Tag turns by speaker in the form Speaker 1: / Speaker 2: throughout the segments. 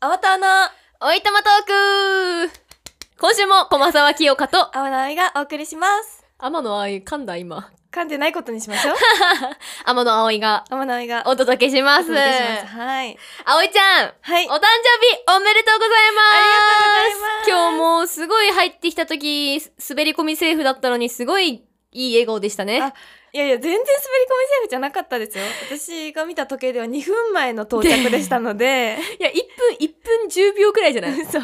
Speaker 1: アバターの
Speaker 2: おいたまトーク今週も駒沢清香と
Speaker 1: ア田愛がお送りします。
Speaker 2: 天野葵噛んだ今
Speaker 1: 噛んでないことにしましょ う。
Speaker 2: 天野葵が
Speaker 1: 天野愛が
Speaker 2: お届けします
Speaker 1: お届けしますはい。
Speaker 2: 葵ちゃん
Speaker 1: はい
Speaker 2: お。誕生日おめでと
Speaker 1: ありがとう
Speaker 2: うございます
Speaker 1: ございます
Speaker 2: 今日もうすごい入ってきた時滑り込みセーフだったのにすごいいい笑顔でしたね
Speaker 1: あいやいや、全然滑り込みセーフじゃなかったですよ。私が見た時計では2分前の到着でしたの で、
Speaker 2: いや1分1分10秒くらいじゃない
Speaker 1: 嘘。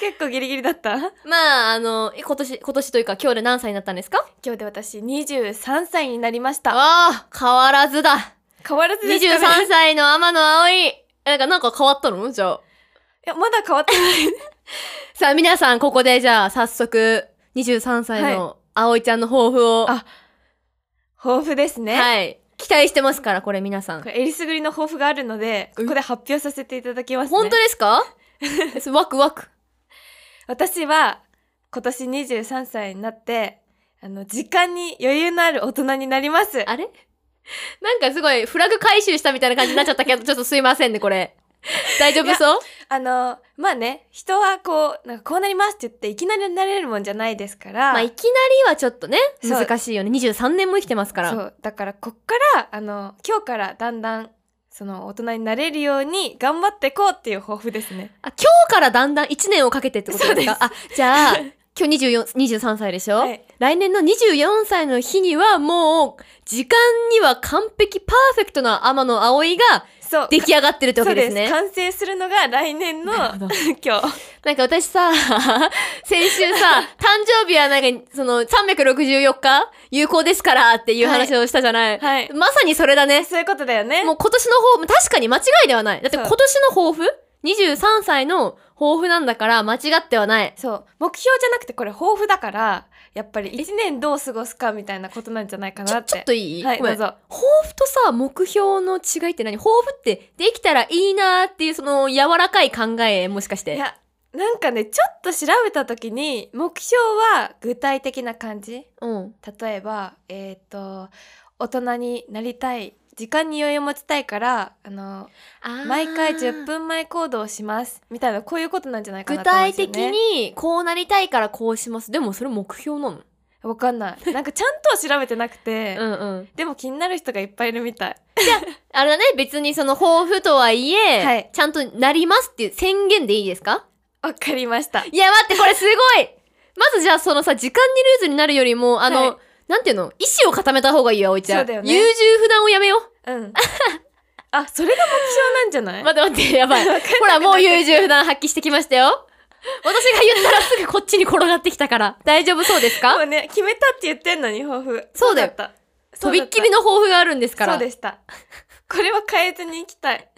Speaker 1: 結構ギリギリだった
Speaker 2: まああの今年今年というか今日で何歳になったんですか
Speaker 1: 今日で私23歳になりました。
Speaker 2: ああ変わら ずだ
Speaker 1: 変わらずですかね。
Speaker 2: 23歳の天野葵なんかなんか変わったのじゃあ
Speaker 1: いや、まだ変わってない。
Speaker 2: さあ皆さんここでじゃあ早速23歳の葵ちゃんの抱負を
Speaker 1: あ抱負ですね。
Speaker 2: はい期待してますからこれ皆さん
Speaker 1: これ、えりすぐりの抱負があるので、ここで発表させていただきますね。
Speaker 2: 本当ですか ワクワク
Speaker 1: 私は今年23歳になってあの時間に余裕のある大人になります
Speaker 2: あれなんかすごいフラグ回収したみたいな感じになっちゃったけ どちょっとすいませんねこれ大丈夫そう
Speaker 1: あのまあね人はこうなんかこうなりますって言っていきなりなれるもんじゃないですから、
Speaker 2: まあいきなりはちょっとね
Speaker 1: そう
Speaker 2: 難しいよね23年も生きてますから
Speaker 1: そ
Speaker 2: は
Speaker 1: うだからこっからあの今日からだんだんその大人になれるように頑張っていこうっていう抱負ですね
Speaker 2: あ今日からだんだん1年をかけてってことですか
Speaker 1: そ
Speaker 2: あじゃあ今日24 23歳でしょ、
Speaker 1: はい
Speaker 2: 来年の24歳の日にはもう時間には完璧パーフェクトな天野葵が
Speaker 1: そう
Speaker 2: 出来上がってるってわ
Speaker 1: そう
Speaker 2: けで
Speaker 1: ですす
Speaker 2: ね。
Speaker 1: 完成するのが来年の
Speaker 2: なる
Speaker 1: 今
Speaker 2: ほど
Speaker 1: 日
Speaker 2: なんか私さ、 先週さ、 誕生日はなんか、その364日有効ですからっていう話をしたじゃない。
Speaker 1: はい
Speaker 2: まさにそれだね。
Speaker 1: そういうことだよね
Speaker 2: もう今年の抱負、確かに間違いではない。だって
Speaker 1: そう
Speaker 2: 今年の抱負 ?23 歳の抱負なんだから間違ってはない。
Speaker 1: そう目標じゃなくてこれ抱負だからやっぱり1年どう過ごすかみたいなことなんじゃないか
Speaker 2: ち
Speaker 1: な
Speaker 2: ょ
Speaker 1: っ
Speaker 2: ちょってといい、
Speaker 1: はい
Speaker 2: ご
Speaker 1: ど
Speaker 2: めん
Speaker 1: うぞ
Speaker 2: 抱負とさ、目標の違いって何抱負ってできたらいいなーっていうその柔らかい考え、もしかし
Speaker 1: い
Speaker 2: て。
Speaker 1: やなんかねちょっと調べた時に目標は具体的な感じ
Speaker 2: うん。
Speaker 1: 例えばえっ、と大人になりたい時間に余裕を持ちたいからあの
Speaker 2: あー
Speaker 1: 毎回10分前行動をしますみたいなこういうことなんじゃないか
Speaker 2: 具
Speaker 1: なと思うん
Speaker 2: 体
Speaker 1: ですよ、ね、
Speaker 2: 的にこうなりたいからこうしますでもそれ目標なの
Speaker 1: わかん ないなんかちゃんとは調べてなくて、
Speaker 2: んうん
Speaker 1: でも気になる人がいっぱいいるみたい
Speaker 2: あれだね別にその抱負とはいえ、
Speaker 1: はい
Speaker 2: ちゃんとなりますっていう宣言でいいですか
Speaker 1: わかりました
Speaker 2: いや待ってこれすご いまずじゃあそのさ時間にルーズになるよりもあの、
Speaker 1: はい
Speaker 2: なんていうの意思を固めた方がいいよ葵ちゃん
Speaker 1: そうだよね
Speaker 2: 優柔不断をやめよう
Speaker 1: うん あそれが目標なんじゃない
Speaker 2: 待って待ってやばい
Speaker 1: わかんなくなって
Speaker 2: ほらもう優柔不断発揮してきましたよ私が言ったらすぐこっちに転がってきたから大丈夫そうです
Speaker 1: も
Speaker 2: か
Speaker 1: うね決めたって言ってんのに抱負
Speaker 2: そうだよ
Speaker 1: った
Speaker 2: とびっきり
Speaker 1: の
Speaker 2: の抱負があるんですから
Speaker 1: そうでしたこれは変えずに行きたい
Speaker 2: でも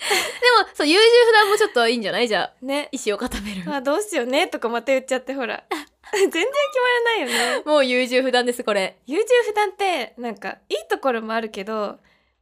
Speaker 2: そう優柔不断もちょっといいんじゃないじゃあ
Speaker 1: ね
Speaker 2: 意志を固める。
Speaker 1: あどうしようねとかまた言っちゃってほら 全然決まらないよね
Speaker 2: もう優柔不断です、これ。
Speaker 1: 優柔不断ってなんかいいところもあるけど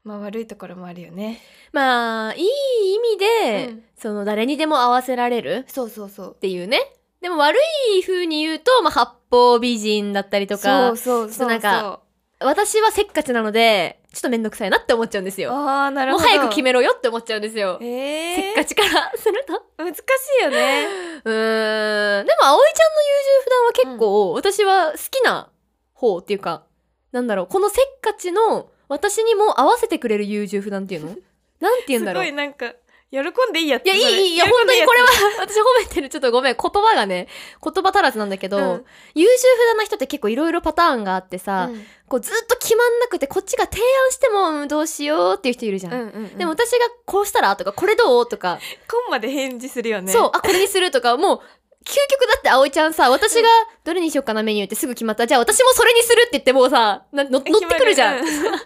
Speaker 1: まあ悪いところもあるよね
Speaker 2: まあ、いい意味で、
Speaker 1: うん
Speaker 2: その、誰にでも合わせられる
Speaker 1: そうそうそう
Speaker 2: っていうね。でも悪い風に言うと、まあ、八方美人だったりと
Speaker 1: そ
Speaker 2: か
Speaker 1: う、そうそう
Speaker 2: ちょっとなんか私はせっかちなので、ちょっとめんどくさいなって思っちゃうんですよ。
Speaker 1: あーなる
Speaker 2: もう
Speaker 1: ほど
Speaker 2: 早く決めろよって思っちゃうんですよ。
Speaker 1: えー、
Speaker 2: せっかちからすると。
Speaker 1: 難しいよね
Speaker 2: うーん。でも、葵ちゃんの優柔不断は結構、私は好きな方っていうか、なんだろう、このせっかちの、私にも合わせてくれる優柔不断 っていうのなんて言うんだ
Speaker 1: す
Speaker 2: ろう
Speaker 1: ごい。なんか喜んでいいやつ
Speaker 2: いや、い
Speaker 1: それ
Speaker 2: い、いい、いや、
Speaker 1: 喜
Speaker 2: 本
Speaker 1: ん
Speaker 2: 当
Speaker 1: でいい
Speaker 2: に
Speaker 1: やつ
Speaker 2: これは、 私褒めてる。ちょっとごめん。言葉がね、言葉足らずなんだけど、
Speaker 1: うん
Speaker 2: 優柔不断な人って結構いろいろパターンがあってさ、
Speaker 1: うん
Speaker 2: こうずっと決まんなくて、こっちが提案してもうんどうしようっていう人いるじゃん。
Speaker 1: うんうんうん
Speaker 2: でも私がこうしたらとか、これどうとか、
Speaker 1: コンマで返事するよね
Speaker 2: そう、あ、これにするとか、もう、究極だって葵ちゃんさ、私がどれにしようかなメニューってすぐ決まった。じゃあ私もそれにするって言ってもうさ、なの乗
Speaker 1: 決ま
Speaker 2: ってくるじゃん。
Speaker 1: う
Speaker 2: 多分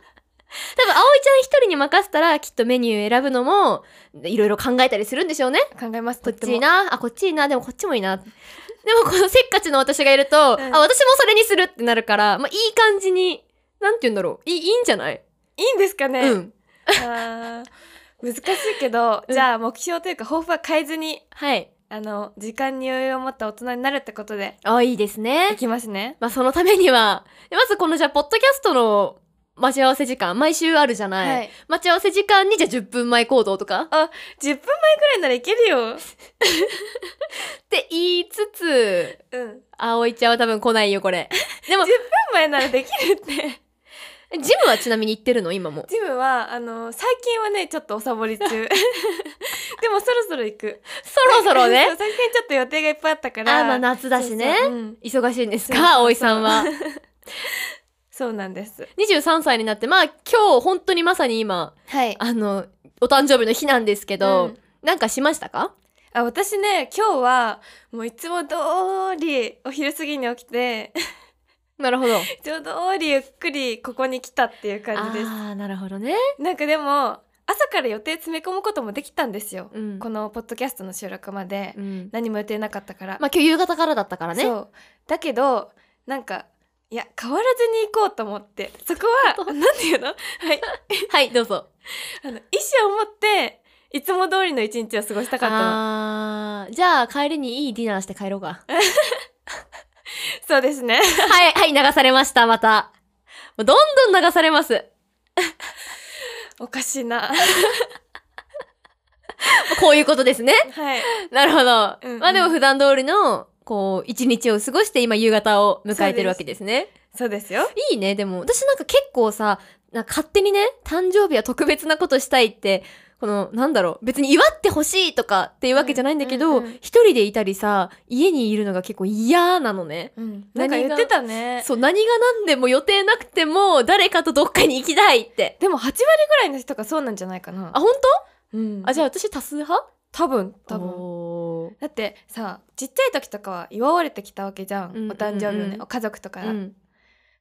Speaker 2: 葵ちゃん一人に任せたらきっとメニュー選ぶのも、いろいろ考えたりするんでしょうね。
Speaker 1: 考えます
Speaker 2: ことっ
Speaker 1: って
Speaker 2: ち
Speaker 1: も
Speaker 2: いいな、あ、こっちいいな、でもこっちもいいな。でもこのせっかちの私がいると、
Speaker 1: ん
Speaker 2: あ、私もそれにするってなるから、まあいい感じに、なんて言うんだろう。いい、いいんじゃない、
Speaker 1: いいんですかね、
Speaker 2: うん。
Speaker 1: あー難しいけど、
Speaker 2: うん
Speaker 1: じゃあ目標というか抱負は変えずに
Speaker 2: はい。
Speaker 1: あの時間に余裕を持った大人になるってことで
Speaker 2: あ、いいですね
Speaker 1: い。きますね
Speaker 2: まあそのためには、まずこのじゃあ、ポッドキャストの待ち合わせ時間、毎週あるじゃない。
Speaker 1: はい。
Speaker 2: 待ち合わせ時間にじゃあ10分前行動と
Speaker 1: 10分
Speaker 2: か
Speaker 1: 前くらいならいけるよ。
Speaker 2: って言いつつ、
Speaker 1: うん。10分
Speaker 2: 葵ちゃんは多分来ないよ、これ。でも、
Speaker 1: 前ならできるって。
Speaker 2: ジムはちなみに行ってるの今も。
Speaker 1: ジムは、あの、最近はね、ちょっとおサボり 中。でもそろそろ行く。
Speaker 2: そろそろね
Speaker 1: そ。う最近ちょっと予定がいっぱいあったか
Speaker 2: あ
Speaker 1: ら。
Speaker 2: ー、まあ夏だしね。
Speaker 1: そうそううん
Speaker 2: 忙しいんです
Speaker 1: そうそう
Speaker 2: か葵さんは。
Speaker 1: そうなんです。
Speaker 2: 23歳になって、まあ今日本当にまさに今、
Speaker 1: はい。
Speaker 2: あの、お誕生日の日なんですけ
Speaker 1: う
Speaker 2: ど、
Speaker 1: ん
Speaker 2: なんかしましたか
Speaker 1: あ私ね今日はもういつも通りお昼過ぎに起きて
Speaker 2: なるほど。
Speaker 1: ちょうど通りゆっくりここに来たっていう感じで
Speaker 2: ああ、なるほどね。
Speaker 1: すなんかでも朝から予定詰め込むこともできたんですよ、
Speaker 2: うん。
Speaker 1: このポッドキャストの収録まで、
Speaker 2: うん
Speaker 1: 何も予定なかったから、
Speaker 2: まあ今日夕方からだったからね。
Speaker 1: そうだけどなんかいや変わらずに行こうと思ってそこはなんていうのはい
Speaker 2: はい、どうぞ。
Speaker 1: あの意思を持っていつも通りの一日を過ごしたかったの
Speaker 2: あーじゃあ帰りにいいディナーして帰 ろうか。
Speaker 1: そうですね
Speaker 2: はい、はい、流されました、また。もうどんどん流されます。
Speaker 1: おかしいな
Speaker 2: こういうことですね。
Speaker 1: はい
Speaker 2: なるほど。
Speaker 1: うんうん
Speaker 2: まあでも普段通りの、こう、一日を過ごして今夕方を迎えてるわけですね。
Speaker 1: そうですよ
Speaker 2: いいね、でも。私なんか結構さ、なんか勝手にね、誕生日は特別なことしたいって、この、なんだろう、別に祝ってほしいとかっていうわけじゃないんだけ
Speaker 1: う
Speaker 2: ど、
Speaker 1: んうんうん
Speaker 2: 一人でいたりさ、家にいるのが結構嫌なのね。
Speaker 1: うん、な
Speaker 2: 何
Speaker 1: ん
Speaker 2: が
Speaker 1: か言ってたね
Speaker 2: そう、何が何でも予定なくても、誰かとどっかに行きたいって。
Speaker 1: でも8割ぐらいの人がそうなんじゃないかな
Speaker 2: あ、本当？
Speaker 1: うん
Speaker 2: あ、
Speaker 1: あ
Speaker 2: じゃあ私多数派
Speaker 1: 多分多分
Speaker 2: 分。
Speaker 1: だってさちっちゃい時とかは祝われてきたわけじゃん、
Speaker 2: うんうんうん
Speaker 1: お誕生日をねお家族とか、
Speaker 2: うん。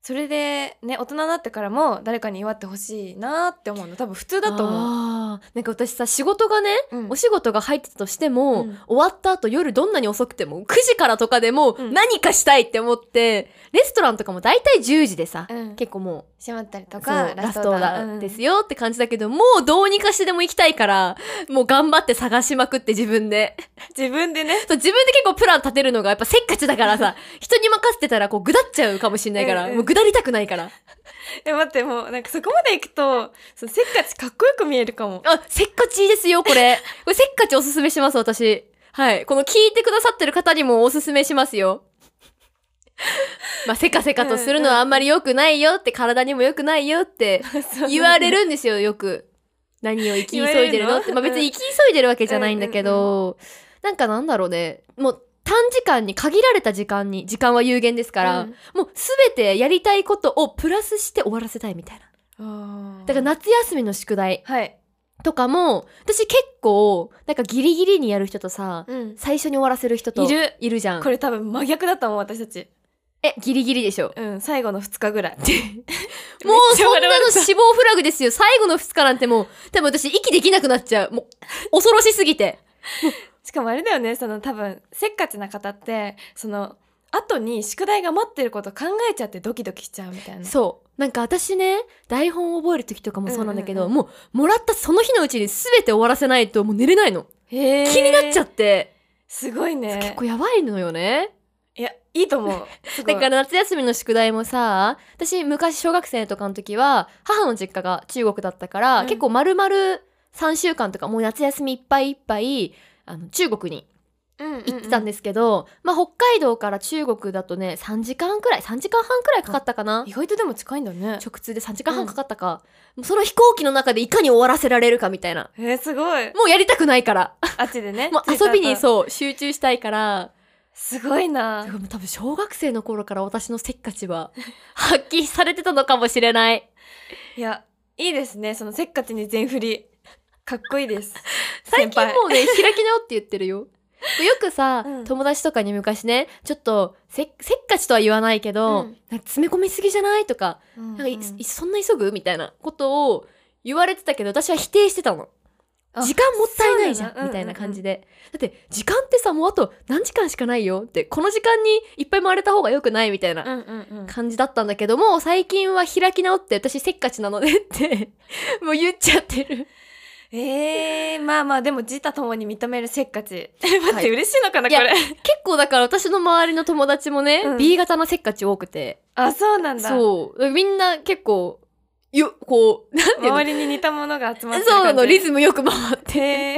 Speaker 1: それでね大人になってからも誰かに祝ってほしいなって思うの多分普通だと思う、
Speaker 2: あーなんか私さ、仕事がね、
Speaker 1: うん
Speaker 2: お仕事が入ってたとしても、
Speaker 1: うん
Speaker 2: 終わった後夜どんなに遅くても、9時からとかでも
Speaker 1: うん
Speaker 2: 何かしたいって思って、レストランとかも大体10時でさ、
Speaker 1: うん
Speaker 2: 結構もう、
Speaker 1: 閉まったりと
Speaker 2: そ
Speaker 1: か
Speaker 2: うラストオーダ
Speaker 1: う
Speaker 2: ー
Speaker 1: ん
Speaker 2: ですよって感じだけど、もうどうにかしてでも行きたいから、もう頑張って探しまくって自分で。
Speaker 1: 自分でね
Speaker 2: そう自分で結構プラン立てるのがやっぱせっかちだからさ、人に任せてたらこうぐだっちゃうかもしれないから、
Speaker 1: うんうん
Speaker 2: もうぐだりたくないから。
Speaker 1: え待ってもうなんかそこまで行くとそのせっかちかっこよく見えるかも
Speaker 2: あ、せっかちですよ、これ。これせっかちおすすめします、私。はい。この聞いてくださってる方にもおすすめしますよ。まあ、せかせかとするのはあんまり良くないよって、体にも良くないよって言われる んですよ、よく。何を生き急いでるのって。
Speaker 1: 言
Speaker 2: まあ
Speaker 1: われるの
Speaker 2: 別に生き急いでるわけじゃないんだけど、なんかなんだろうね。もう短時間に、限られた時間に、時間は有限ですから、
Speaker 1: うん
Speaker 2: もうすべてやりたいことをプラスして終わらせたいみたいな。だから夏休みの宿題。
Speaker 1: はい、
Speaker 2: とかも、私結構、なんかギリギリにやる人とさ、
Speaker 1: うん、
Speaker 2: 最初に終わらせる人と、
Speaker 1: いる。
Speaker 2: いるじゃん。
Speaker 1: これ多分真逆だと思う私たち
Speaker 2: え、ギリギリでしょ。
Speaker 1: うん最後の2日ぐ らい
Speaker 2: もう
Speaker 1: めっちゃ
Speaker 2: そん
Speaker 1: 笑わ
Speaker 2: な
Speaker 1: れ
Speaker 2: の
Speaker 1: た
Speaker 2: 死亡フラグですよ。最後の2日なんてもう、多分私息できなくなっちゃう。 もう、恐ろしすぎて。
Speaker 1: しかもあれだよねその多分せっかちな方ってその後に宿題が待ってること考えちゃってドキドキしちゃうみたいな
Speaker 2: そう。なんか私ね、台本を覚える時とかもそうなんだけど、
Speaker 1: うんうん
Speaker 2: もう、もらったその日のうちに全て終わらせないともう寝れないの。
Speaker 1: へー
Speaker 2: 気になっちゃって。
Speaker 1: すごいね
Speaker 2: 結構やばいのよね。
Speaker 1: いやいいと思うすごい
Speaker 2: だから夏休みの宿題もさ私昔小学生とかの時は母の実家が中国だったから、
Speaker 1: うん
Speaker 2: 結構丸々3週間とかもう夏休みいっぱいいっぱいあの中国に行ってたん
Speaker 1: で
Speaker 2: ですけど、まあ、北海道から中国だとね3時間くらい3時間半くらいかかったかな
Speaker 1: 意外とでも近いんだね
Speaker 2: 直通で3時間半かかったか、もうその飛行機の中でいかに終わらせられるかみたいな
Speaker 1: えー、すごい
Speaker 2: もうやりたくないから
Speaker 1: あっちでね
Speaker 2: もう遊びに
Speaker 1: う
Speaker 2: そう集中したいから
Speaker 1: すごいな
Speaker 2: だからもう多分小学生の頃から私のせっかちは発揮されてたのかもしれない。
Speaker 1: いやいいですねそのせっかちに全振り かっこいいです
Speaker 2: 最近
Speaker 1: 先輩
Speaker 2: もうね、開き直って言ってる よ。よくさ、
Speaker 1: うん
Speaker 2: 友達とかに昔ね、ちょっとせせっかちとは言わないけど、
Speaker 1: うん
Speaker 2: なんか詰め込みすぎじゃないとか、
Speaker 1: なん
Speaker 2: なんかいそんな急ぐみたいなことを言われてたけど、私は否定してたの。
Speaker 1: あ
Speaker 2: 時間もったいないじゃ
Speaker 1: そうなんだ
Speaker 2: ん、みたいな感じで。だって、時間ってさ、もうあと何時間しかないよって、この時間にいっぱい回れた方が良くないみたいな
Speaker 1: うんうんうん
Speaker 2: 感じだったんだけども、最近は開き直って私せっかちなのでって、もう言っちゃってる。
Speaker 1: えー、まあまあでも自他ともに認めるせっか ち待って、
Speaker 2: はい
Speaker 1: 嬉しいのかない
Speaker 2: や
Speaker 1: これ
Speaker 2: 結構だから私の周りの友達もね、
Speaker 1: うん
Speaker 2: B 型のせっかち多くて。
Speaker 1: あそうなんだ
Speaker 2: そう。みんな結構、よ、こう、なんていうの
Speaker 1: 周りに似たものが集まってる
Speaker 2: そうなの、リ
Speaker 1: ズ
Speaker 2: ズムよく回って。
Speaker 1: へ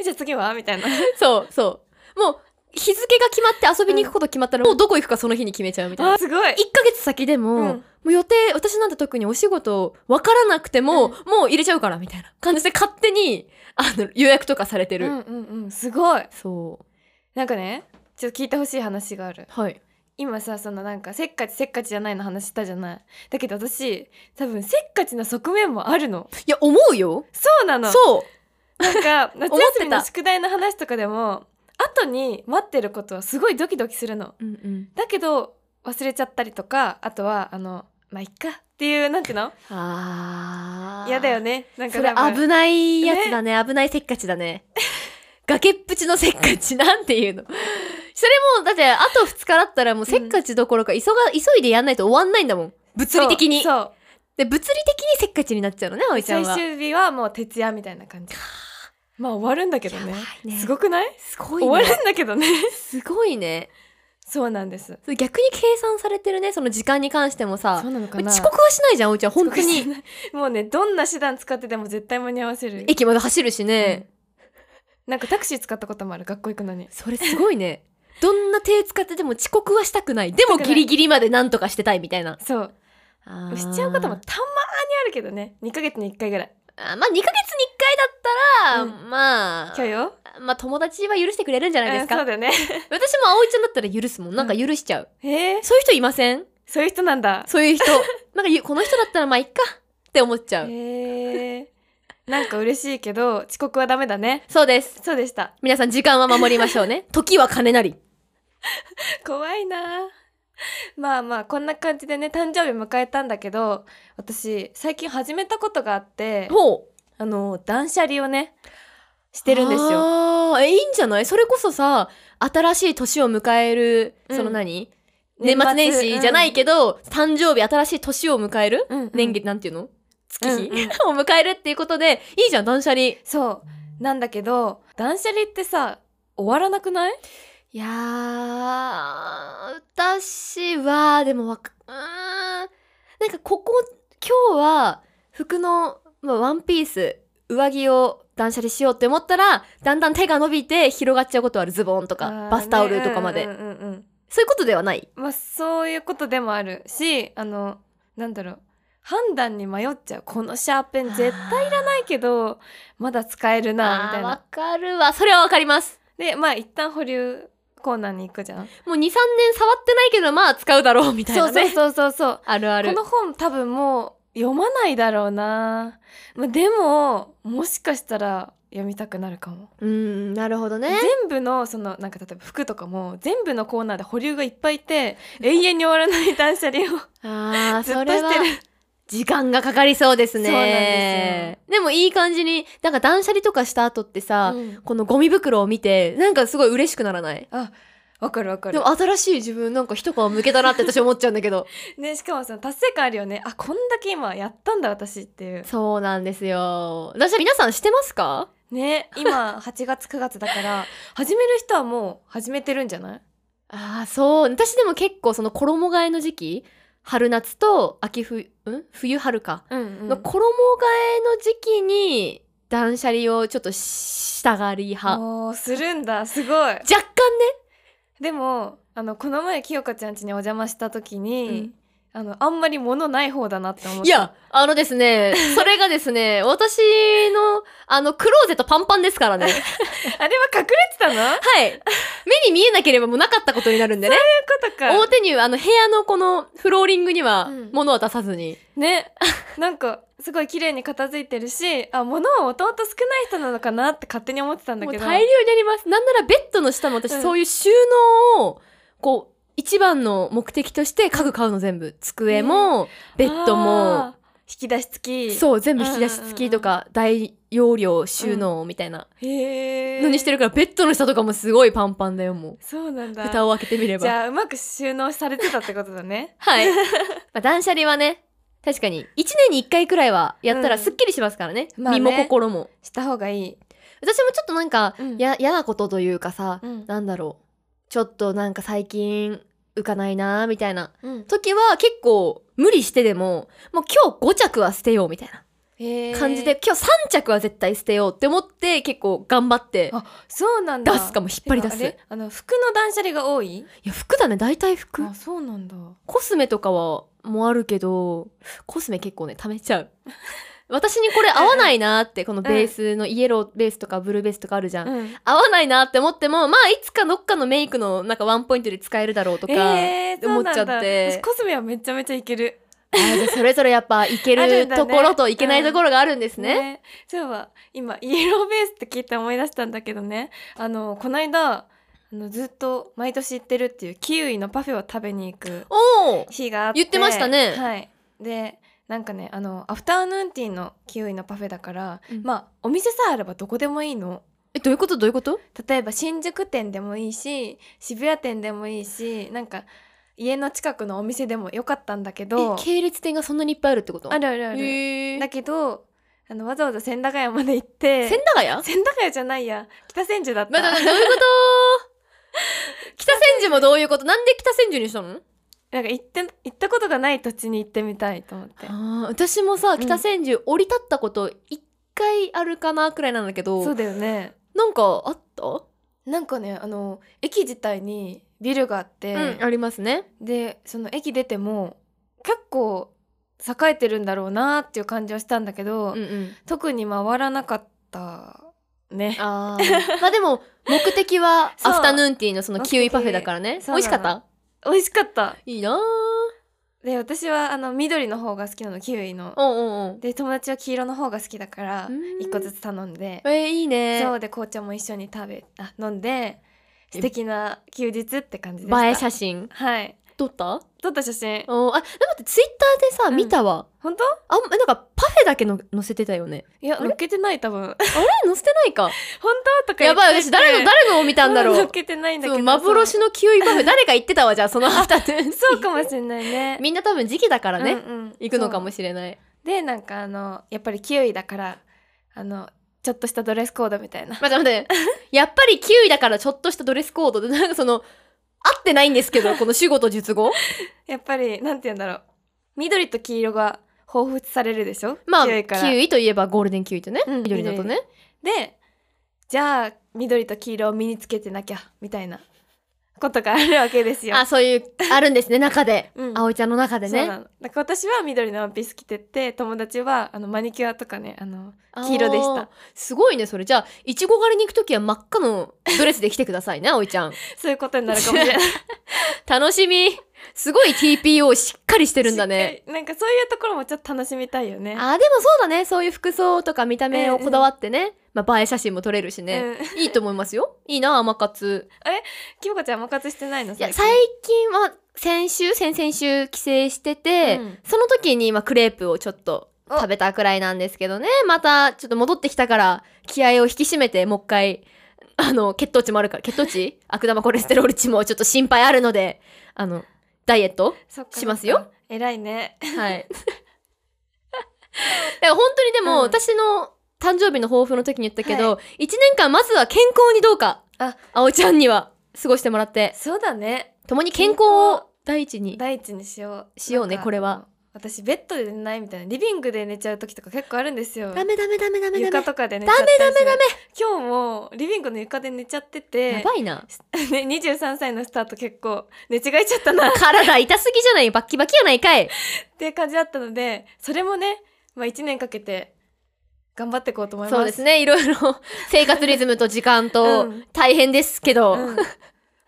Speaker 1: ーじゃあ次はみたい な。
Speaker 2: そう、そう。もう、日付が決まって遊びに行くこと決まったら、もうどこ行くかその日に決めちゃうみたいな。
Speaker 1: あ、すごい。
Speaker 2: 1ヶ月先でも、
Speaker 1: うん
Speaker 2: もう予定、私なんて特にお仕事分からなくても、
Speaker 1: うん
Speaker 2: もう入れちゃうからみたいな感じで勝手に、あの、予約とかされて
Speaker 1: う
Speaker 2: る。
Speaker 1: んうんうん、すごい。
Speaker 2: そう。
Speaker 1: なんかね、ちょっと聞いてほしい話がある。
Speaker 2: はい。
Speaker 1: 今さ、そのなんかせっかちせっかちじゃないの話したじゃない。だけど私、多分せっかちな側面もあるの。
Speaker 2: いや、思うよ。
Speaker 1: そうなの。
Speaker 2: そう。
Speaker 1: なんか 夏
Speaker 2: 思って
Speaker 1: 休
Speaker 2: た
Speaker 1: みの宿題の話とかでも後に待ってることはすごいドキドキするの。
Speaker 2: うんうん。
Speaker 1: だけど忘れちゃったりとかあとはあのまあいっかっていうなんていうの
Speaker 2: あー
Speaker 1: 嫌だよ。ねなんか
Speaker 2: それ
Speaker 1: 多分
Speaker 2: 危ないやつだね。危ないせっかちだね。崖っぷちのせっかちなんていうの。それもう、だって、あと2日だったらもうせっかちどころか、急が、急いでやんないと終わんないんだもん。物理的に。
Speaker 1: そうそう
Speaker 2: で、物理的にせっかちになっちゃうのね、葵ちゃん
Speaker 1: 最
Speaker 2: は。
Speaker 1: 終日はもう徹夜みたいな感じまあ終わるんだけどね
Speaker 2: やばいね
Speaker 1: すごくない
Speaker 2: すごい
Speaker 1: 終わ
Speaker 2: ね。
Speaker 1: るんだけどね
Speaker 2: すごいね。
Speaker 1: そうなんです
Speaker 2: それ逆に計算されてるね、その時間に関してもさ
Speaker 1: そ。うなのかな
Speaker 2: 遅刻はしないじゃん、葵ちゃん。本当
Speaker 1: 遅刻し
Speaker 2: に。
Speaker 1: ないもうねどんな手段使ってでも絶対間に合わせる
Speaker 2: 駅まで走るしね。
Speaker 1: なんかタクシー使ったこともある学校行くのに
Speaker 2: それすごいね。どんな手使ってでも遅刻はしたくない。でもギリギリまでなんとかしてたいみたいな。
Speaker 1: そうしちゃうこともたまーにあるけどね2ヶ月に1回ぐらい
Speaker 2: あまあ2ヶ月に1回だったら、まあ
Speaker 1: 今日よ
Speaker 2: あまあ友達は許してくれるんじゃないです
Speaker 1: うん
Speaker 2: か、
Speaker 1: そうだよね
Speaker 2: 私も葵ちゃんだったら許すもんなんか許しちゃう、
Speaker 1: えー、
Speaker 2: そういう人いません
Speaker 1: そういう人なんだ
Speaker 2: そ ういう人なんかゆこの人だったらまあいっかって思っちゃう、
Speaker 1: へえー、なんか嬉しいけど遅刻はダメだね
Speaker 2: そうです
Speaker 1: そうでした
Speaker 2: 皆さん時間は守りましょう ね時は金なり
Speaker 1: 怖いなあまあまあこんな感じでね誕生日迎えたんだけど私最近始めたことがあって
Speaker 2: ほう
Speaker 1: あの断捨離をねしてるんですよ
Speaker 2: あーえいいんじゃないそれこそさ新しい年を迎える
Speaker 1: うん
Speaker 2: その何、
Speaker 1: 年
Speaker 2: 年
Speaker 1: 末
Speaker 2: 末年始じゃないけど、誕生日新しい年を迎える、
Speaker 1: うんうん
Speaker 2: 年月なんていうの月日、
Speaker 1: うんうん
Speaker 2: を迎えるっていうことでいいじゃん断捨離
Speaker 1: そうなんだけど断捨離ってさ終わらなくない
Speaker 2: いやー、私は、でもわか、うーん、なんかここ、今日は服の、まあ、ワンピース、上着を断捨離しようって思ったら、だんだん手が伸びて広がっちゃうことある。ズボンと
Speaker 1: あ
Speaker 2: か
Speaker 1: ー、
Speaker 2: バスタオルとかまで。
Speaker 1: ねうんうんうんうん
Speaker 2: そういうことではない。
Speaker 1: まあそういうことでもあるしあのなんだろう判断に迷っちゃうこのシャーペン絶対いらないけどまだ使えるなみたい
Speaker 2: あーわ
Speaker 1: な
Speaker 2: かるわ。それはわかります。
Speaker 1: でまあ一旦保留コーナーに行くじゃん、
Speaker 2: もう2、3年触ってないけど、まあ使うだろう、みたい
Speaker 1: そ
Speaker 2: な
Speaker 1: う
Speaker 2: ね。
Speaker 1: そうそうそうそう
Speaker 2: あるあ
Speaker 1: こ
Speaker 2: る。
Speaker 1: の本多分もう読まないだろうな、まあ、でももしかしたら読みたくなるかも、
Speaker 2: うーん、なるほどね。
Speaker 1: 全部のそのなんか例えば服とかも全部のコーナーで保留がいっぱいいて永遠に終わらない断捨離を
Speaker 2: ああ、
Speaker 1: ずっと
Speaker 2: それは
Speaker 1: してる。
Speaker 2: 時間がかかりそうですね。
Speaker 1: そうなんで
Speaker 2: でもいい感じに、なんか断捨離とかした後ってさ、
Speaker 1: うん
Speaker 2: このゴミ袋を見て、なんかすごい嬉しくならない
Speaker 1: あわかるわかる
Speaker 2: でも新しい自分なんか一皮向けたなって私思っちゃうんだけど。
Speaker 1: ねしかもその達成感あるよねあこんだけ今やったんだ私っていう
Speaker 2: そうなんですよ。私は皆さんしてますか
Speaker 1: ね 今8月9月だから始める人はもう始めてるんじゃない
Speaker 2: ああ、そう。私でも結構その衣替えの時期、春夏と秋冬、ん冬春か。
Speaker 1: うん、
Speaker 2: の衣替えの時期に断捨離をちょっとしたがり派。若
Speaker 1: おーするんだすごい
Speaker 2: 干ね。
Speaker 1: でもあのこの前清香ちゃん家にお邪魔した時
Speaker 2: うん
Speaker 1: に、あのあんまり物ない方だなって思って
Speaker 2: いや、 あので すね、それがですね、私の、あの、クローゼットパンパンですからね。
Speaker 1: あれは隠れてたのそういう
Speaker 2: はい。目に見えなければもうなかったことになるんでね。
Speaker 1: ことか
Speaker 2: 表に、あの、部屋のこのフローリングには
Speaker 1: うん
Speaker 2: 物は出さずに。
Speaker 1: ねなんかすごい綺麗に片付いてるしあ物はもともと少ない人なのかなって勝手に思ってたんだ
Speaker 2: もう
Speaker 1: けど
Speaker 2: 大量にあります。なんならベッドの下も私、
Speaker 1: うん
Speaker 2: そういう収納を、こう、一番の目的として家具買うの全部。机も、ベッドも、
Speaker 1: あー引き出し付き
Speaker 2: そう、全部引き出し付きとか、大容量収納みたいな
Speaker 1: へえ
Speaker 2: のにしてるから、ベッドの下とかもすごいパンパンだよ、もう。
Speaker 1: そうなんだ
Speaker 2: 蓋を開けてみれば
Speaker 1: じ。ゃあうまく収納されてたってことだね
Speaker 2: はい。まあ、断捨離はね、確かに、1年に1回くらいはやったら
Speaker 1: うん
Speaker 2: すっきりしますからね。
Speaker 1: まあね
Speaker 2: 身も心も。
Speaker 1: した方がいい、
Speaker 2: 私もちょっとなんか
Speaker 1: う、ん
Speaker 2: や、嫌なことというかさ、
Speaker 1: うん
Speaker 2: なんだろう。ちょっとなんか最近、浮かないなーみたいな
Speaker 1: うん
Speaker 2: 時は結構無理してでももう今日5着は捨てようみたいな感じで、、今日3着は絶対捨てようって思って結構頑張って
Speaker 1: あそうなん
Speaker 2: 出
Speaker 1: だ
Speaker 2: すかも引っ張り出す
Speaker 1: てかあ
Speaker 2: い
Speaker 1: れあの服の断捨離が多い
Speaker 2: や服だね大体服
Speaker 1: あそうなんだ
Speaker 2: コスメとかはもあるけどコスメ結構ね貯めちゃう 私にこれ合わないなーってこのベースのイエローベースとかブルーベースとかあるじゃん、
Speaker 1: うん
Speaker 2: 合わないなって思ってもまあいつかどっかのメイクのなんかワンポイントで使えるだろうとか、
Speaker 1: えー、
Speaker 2: 思っちゃっ
Speaker 1: そ
Speaker 2: て
Speaker 1: うなんだ私コスメはめちゃめちゃいける
Speaker 2: あーじゃあそれぞれやっぱいけ
Speaker 1: ある
Speaker 2: る
Speaker 1: んだね
Speaker 2: ところといけないところがあるんですね。
Speaker 1: そういえば今イエローベースって聞いて思い出したんだけどねあのこの間あのずっと毎年行ってるっていうキウイのパフェを食べに行く
Speaker 2: おお
Speaker 1: 日があって
Speaker 2: 言ってましたね
Speaker 1: はいでなんかねあのアフターヌーンティーのキウイのパフェだから、
Speaker 2: うん
Speaker 1: まあお店さえあればどこでもいいの
Speaker 2: えどういうことどういうこと
Speaker 1: 例えば新宿店でもいいし渋谷店でもいいしなんか家の近くのお店でもよかったんだけど
Speaker 2: え系列店がそんなにいっぱいあるってこと
Speaker 1: あるあるある
Speaker 2: へえ
Speaker 1: だけどあのわざわざ千駄ヶ谷まで行って
Speaker 2: 千駄ヶ谷
Speaker 1: 千駄ヶ谷じゃないや北千住だった、
Speaker 2: まだどういうこと北千住もどういうことなんで北千住にしたの
Speaker 1: なんか行って行ったことがない土地に行ってみたいと思って
Speaker 2: あー私もさ
Speaker 1: ん
Speaker 2: 北千住降り立ったこと一回あるかなくらいなんだけど、
Speaker 1: そうだよね
Speaker 2: なんかあった、
Speaker 1: なんかねあの駅自体にビルがあって、
Speaker 2: ありますね
Speaker 1: でその駅出ても結構栄えてるんだろうなっていう感じはしたんだけど、
Speaker 2: うんうん
Speaker 1: 特に回らなかったね
Speaker 2: あー まあでも目的は
Speaker 1: そう
Speaker 2: アフタヌーンティーのそのキウイパフェだからね
Speaker 1: 目的
Speaker 2: 美味しかっ
Speaker 1: そうな
Speaker 2: た
Speaker 1: 美味しかった
Speaker 2: いいなー
Speaker 1: で私はあの緑の方が好きなのキウイの
Speaker 2: うんうんうん
Speaker 1: で友達は黄色の方が好きだから
Speaker 2: うん
Speaker 1: 一個ずつ頼んで
Speaker 2: えー、いいね
Speaker 1: そうで紅茶も一緒に食べあ飲んで素敵な休日って感じでした
Speaker 2: 映え写真
Speaker 1: はい
Speaker 2: 撮った
Speaker 1: 撮った写真
Speaker 2: おーあでも待ってツイッターでさ
Speaker 1: うん
Speaker 2: 見たわ、
Speaker 1: 本当
Speaker 2: あえなんかパフェだけの載せてた よね
Speaker 1: いや
Speaker 2: あれ
Speaker 1: 乗っけてない多 分
Speaker 2: あれ載せてな いか
Speaker 1: 本当とか言
Speaker 2: や
Speaker 1: って
Speaker 2: ばい私誰の誰のを見たん だろ
Speaker 1: 乗
Speaker 2: う
Speaker 1: っけてないんだけ
Speaker 2: そう
Speaker 1: ど
Speaker 2: 幻のキウイパフェ誰か言ってたわじゃあ そのアフタヌーンティー
Speaker 1: そうそうかもしれないね
Speaker 2: みんな多分時期だからね、
Speaker 1: うんうん
Speaker 2: 行くのかも
Speaker 1: そ
Speaker 2: しれないう
Speaker 1: でなんかあのやっぱりキウイだからあのちょっとしたドレスコードみたいな
Speaker 2: 待って待って。やっぱりキウイだからちょっとしたドレスコードで、なんかその、合ってないんです けど、この主語と述語。
Speaker 1: やっぱりなんて言うんだろう緑と黄色が彷彿されるでしょ
Speaker 2: まあ、
Speaker 1: キ
Speaker 2: キ
Speaker 1: ウ
Speaker 2: ウ
Speaker 1: イ
Speaker 2: イ
Speaker 1: から
Speaker 2: といえばゴールデンキウイとね、
Speaker 1: うん
Speaker 2: 緑だとね。
Speaker 1: でじゃあ緑と黄色を身につけてなきゃみたいなことがあるわけですよ。
Speaker 2: あ、そういう、あるんですね、中で。
Speaker 1: うん
Speaker 2: 葵ちゃんの中で
Speaker 1: そう
Speaker 2: ね
Speaker 1: な。のだから私は緑のワンピース着てって友達はあのマニキュアとかねあの黄色でした
Speaker 2: あー。すごいね、それ。じゃあ、いちご狩りに行くときは真っ赤のドレスで来てくださいね、葵ちゃん。
Speaker 1: そういうことになるかもしれ ない。
Speaker 2: 楽しみ。すごい TPO しっかりしてるんだ
Speaker 1: し
Speaker 2: ね。
Speaker 1: っかり。 なんかそういうところもちょっと楽しみたいよね。
Speaker 2: あー、でもそうだね。そういう服装とか見た目をこだわってね。まあ、映え写真も撮れるしね。
Speaker 1: うん、
Speaker 2: いいと思いますよ。いいな、甘活。
Speaker 1: きむこちゃん、まかつしてないの
Speaker 2: いや最近は先週先々週帰省してて、
Speaker 1: うん
Speaker 2: その時にまあクレープをちょっと
Speaker 1: お
Speaker 2: 食べたくらいなんですけどねまたちょっと戻ってきたから気合を引き締めてもう一回あの血糖値もあるから血糖値悪玉コレステロール値もちょっと心配あるのであのダイエット
Speaker 1: そっか
Speaker 2: しますよ。
Speaker 1: えらいね。
Speaker 2: はい だから本当にでも、
Speaker 1: うん
Speaker 2: 私の誕生日の抱負の時に言ったけど、
Speaker 1: は
Speaker 2: 1年間まずは健康にどうか
Speaker 1: あ
Speaker 2: おちゃんには過ごしてもらって
Speaker 1: そうだね。
Speaker 2: 共に健康を第一に
Speaker 1: 第一にしよう。
Speaker 2: しようね
Speaker 1: なんか
Speaker 2: これは。
Speaker 1: 私、ベッドで寝ないみたいな。リビングで寝ちゃう時とか結構あるんですよ。
Speaker 2: ダメダメダメダメダメ
Speaker 1: 床とかで寝ちゃったりする今日もリビングの床で寝ちゃって
Speaker 2: や
Speaker 1: て、
Speaker 2: ばいな
Speaker 1: ね、23歳のスタート結構寝違えちゃったな っ
Speaker 2: 体痛すぎじゃないバッキバキやないかい
Speaker 1: ていう感じだったのでそれもね、まあ、1年かけて頑張っていこうと思います
Speaker 2: そうですねいろいろ生活リズムと時間と
Speaker 1: うん
Speaker 2: 大変ですけど、
Speaker 1: うん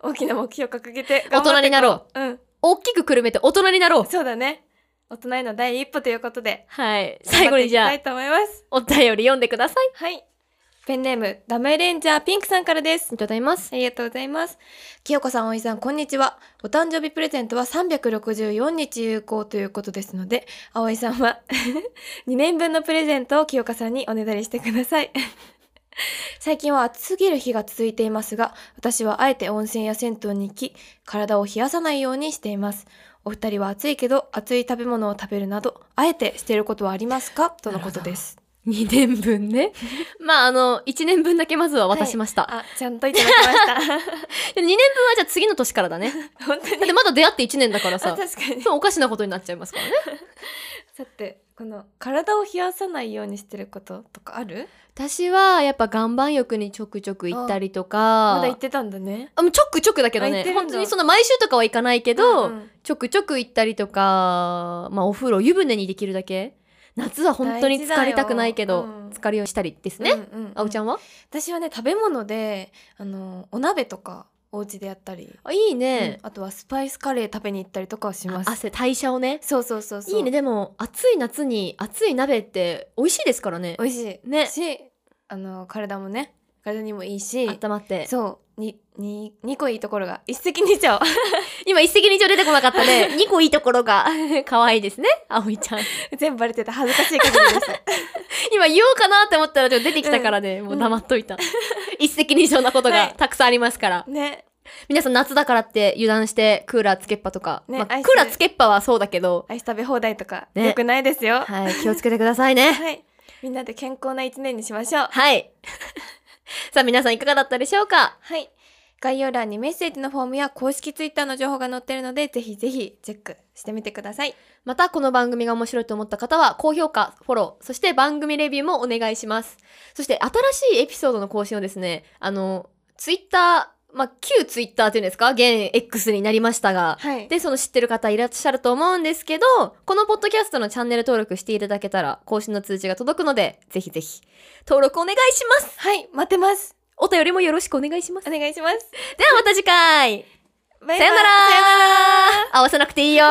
Speaker 1: 大きな目標を掲げて
Speaker 2: 大人になろう
Speaker 1: ううん
Speaker 2: 大きくくるめて大人になろう
Speaker 1: そうだね大人への第一歩ということで
Speaker 2: はい最後にじゃ
Speaker 1: 頑張っ
Speaker 2: あ
Speaker 1: ていきたいと思います
Speaker 2: お便り読んでください
Speaker 1: はいペンネームダメレンジャーピンクさんからです
Speaker 2: いただきます
Speaker 1: ありがとうございます。清子さん、おいさん、こんにちは。お誕生日プレゼントは364日有効ということですので、葵さんは 2年分のプレゼントを清子さんにおねだりしてください。 最近は暑すぎる日が続いていますが、私はあえて温泉や銭湯に行き、体を冷やさないようにしています。お二人は暑いけど、熱い食べ物を食べるなど、あえてしていることはありますかとのことです。
Speaker 2: 2年分ね。 まあ、あの、1年分だけまずは渡しました。
Speaker 1: あ、ちゃんといただきました。
Speaker 2: で2年分はじゃあ次の年からだね。
Speaker 1: 本当
Speaker 2: だっ
Speaker 1: に。
Speaker 2: てまだ出会って1年だから
Speaker 1: あ、
Speaker 2: さ。
Speaker 1: 確かに。
Speaker 2: そうおかしなことになっちゃいますからね。
Speaker 1: さて、この体を冷やさないようにしてることとかある
Speaker 2: 私はやっぱ岩盤浴にちょくちょく行ったりとか。
Speaker 1: まだ言ってたんだね。
Speaker 2: あもうちょくちょくだけど
Speaker 1: あ行っ
Speaker 2: ね
Speaker 1: てるんだ
Speaker 2: 本当にそんな毎週とかは行かないけど、
Speaker 1: うんうん
Speaker 2: ちょくちょく行ったりとか、まあ、お風呂湯船にできるだけ夏は本当に疲れたくないけ
Speaker 1: 大
Speaker 2: ど、
Speaker 1: 事だようん
Speaker 2: 疲れをしたりですね、
Speaker 1: うんうんう
Speaker 2: あおちゃ
Speaker 1: ん。
Speaker 2: んは
Speaker 1: 私はね、食べ物で、あの、お鍋とか、お家でやったり。
Speaker 2: あいい
Speaker 1: うん
Speaker 2: ね、
Speaker 1: あとはスパイスカレー食べに行ったりとかはし
Speaker 2: あ
Speaker 1: ます。
Speaker 2: 汗代謝をね
Speaker 1: そうそうそうそう。
Speaker 2: いいね。でも暑い夏に暑い鍋って美味しいですからね
Speaker 1: 美味しい。
Speaker 2: ね
Speaker 1: し、あの、体もね、体にもいいし。
Speaker 2: 温まって
Speaker 1: そう。に、に、2個いいところが一石二鳥。
Speaker 2: 今一石二鳥出てこなかったね2 個いいところが可愛いですねあおいちゃん
Speaker 1: 全部バレてた恥ずかしい限りです。
Speaker 2: 今言おうかなって思ったらちょっと出てきたからね、もう黙っといた、 一石二鳥なこと
Speaker 1: は
Speaker 2: が
Speaker 1: い
Speaker 2: たくさんありますから、
Speaker 1: ね。
Speaker 2: 皆さん夏だからって油断してクーラーつけっぱとか、
Speaker 1: ね
Speaker 2: まあ
Speaker 1: アイス
Speaker 2: クーラーつけっぱはそうだけど、
Speaker 1: アイス食べ放題とか、
Speaker 2: ね
Speaker 1: よくないですよ。
Speaker 2: はい、気をつけてください ね。
Speaker 1: はい。みんなで健康な一年にしましょう。
Speaker 2: はい。さあ皆さんいかがだったでしょうか
Speaker 1: はい。概要欄にメッセージのフォームや公式ツイッターの情報が載ってるので、ぜひぜひチェックしてみてください。
Speaker 2: またこの番組が面白いと思った方は高評価、フォロー、そして番組レビューもお願いします。そして新しいエピソードの更新をですね、あの、ツイッター、まあ、旧ツイッターっていうんですか現 X になりましたが、
Speaker 1: はい。
Speaker 2: で、その知ってる方いらっしゃると思うんですけど、このポッドキャストのチャンネル登録していただけたら、更新の通知が届くので、ぜひぜひ、登録お願いします
Speaker 1: はい、待ってます。
Speaker 2: お便りもよろしくお願いします。
Speaker 1: お願いします。
Speaker 2: ではまた次回
Speaker 1: バイバイ
Speaker 2: さよなら合わせなくていいよ